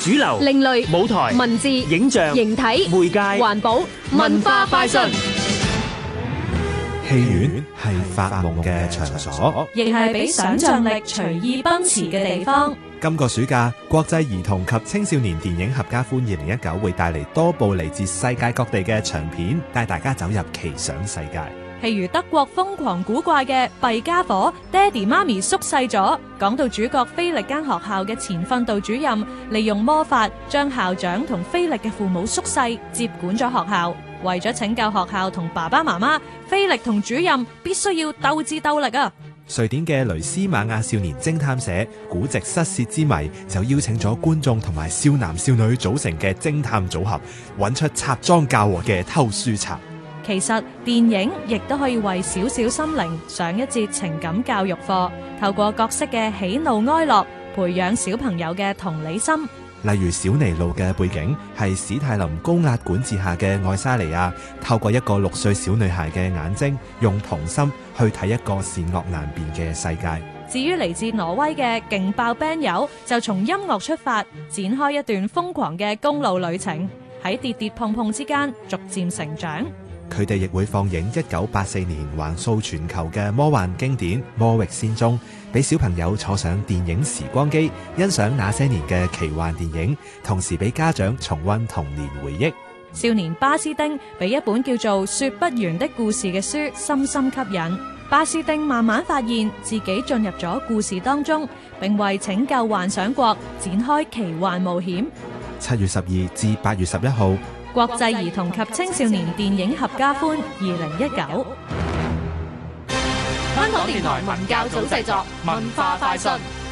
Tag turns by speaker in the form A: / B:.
A: 主流、
B: 另類
A: 舞台、
B: 文字、
A: 影像、
B: 形體、
A: 媒介、
B: 環保、文化快訊，
C: 戲院係發夢嘅場所。
D: 亦係俾想像力隨意奔馳嘅地方。
C: 今個暑假，國際兒童及青少年電影合家歡二零一九會帶嚟多部嚟自世界各地嘅長片，帶大家走入奇想世界。
D: 譬如德國瘋狂古怪嘅《弊家伙》，爹哋媽咪縮細咗。講到主角菲力間學校嘅前訓導主任，利用魔法將校長同菲力嘅父母縮細，接管咗學校。為咗拯救學校同爸爸媽媽，菲力同主任必須要鬥智鬥力啊！
C: 瑞典嘅雷斯瑪亞少年偵探社《古籍失竊之謎》就邀請咗觀眾同埋少男少女組成嘅偵探組合，揾出插贓嫁禍嘅偷書賊。
D: 其實電影亦都可以為小小心靈上一節情感教育課，透過角色嘅喜怒哀樂，培養小朋友嘅同理心。
C: 例如小尼路嘅背景係史泰林高壓管治下嘅愛沙尼亞，透過一個六歲小女孩嘅眼睛，用童心去睇一個善惡難辨嘅世界。
D: 至於嚟自挪威嘅勁爆 band 友，就從音樂出發，展開一段瘋狂嘅公路旅程，喺跌跌碰碰之間逐漸成長。
C: 佢哋亦會放映一九八四年橫掃全球嘅魔幻經典《魔域仙蹤》，俾小朋友坐上電影時光機，欣賞那些年嘅奇幻電影，同時俾家長重溫童年回憶。
D: 少年巴斯丁被一本叫做《說不完的故事》嘅書深深吸引，巴斯丁慢慢發現自己進入咗故事當中，並為拯救幻想國展開奇幻冒險。
C: 七月十二至八月十一號，
D: 國際兒童及青少年電影合家歡二零一九。
B: 香港電台文教組製作，文化快訊。